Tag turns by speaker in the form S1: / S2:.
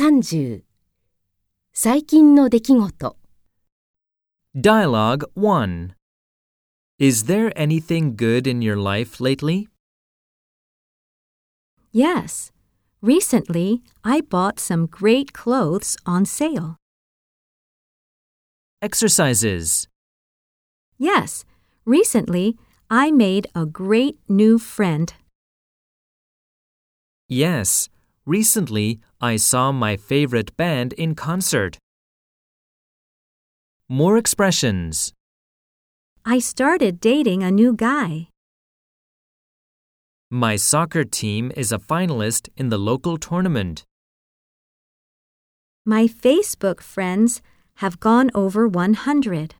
S1: 30最近の出来事
S2: Dialogue 1 Is there anything good in your life lately?
S3: Yes. Recently, I bought some great clothes on sale.
S2: Exercises.
S3: Yes. Recently, I made a great new friend.
S2: Yes, recently I saw my favorite band in concert. More expressions.
S3: I started dating a new guy.
S2: My soccer team is a finalist in the local tournament.
S3: My Facebook friends have gone over 100.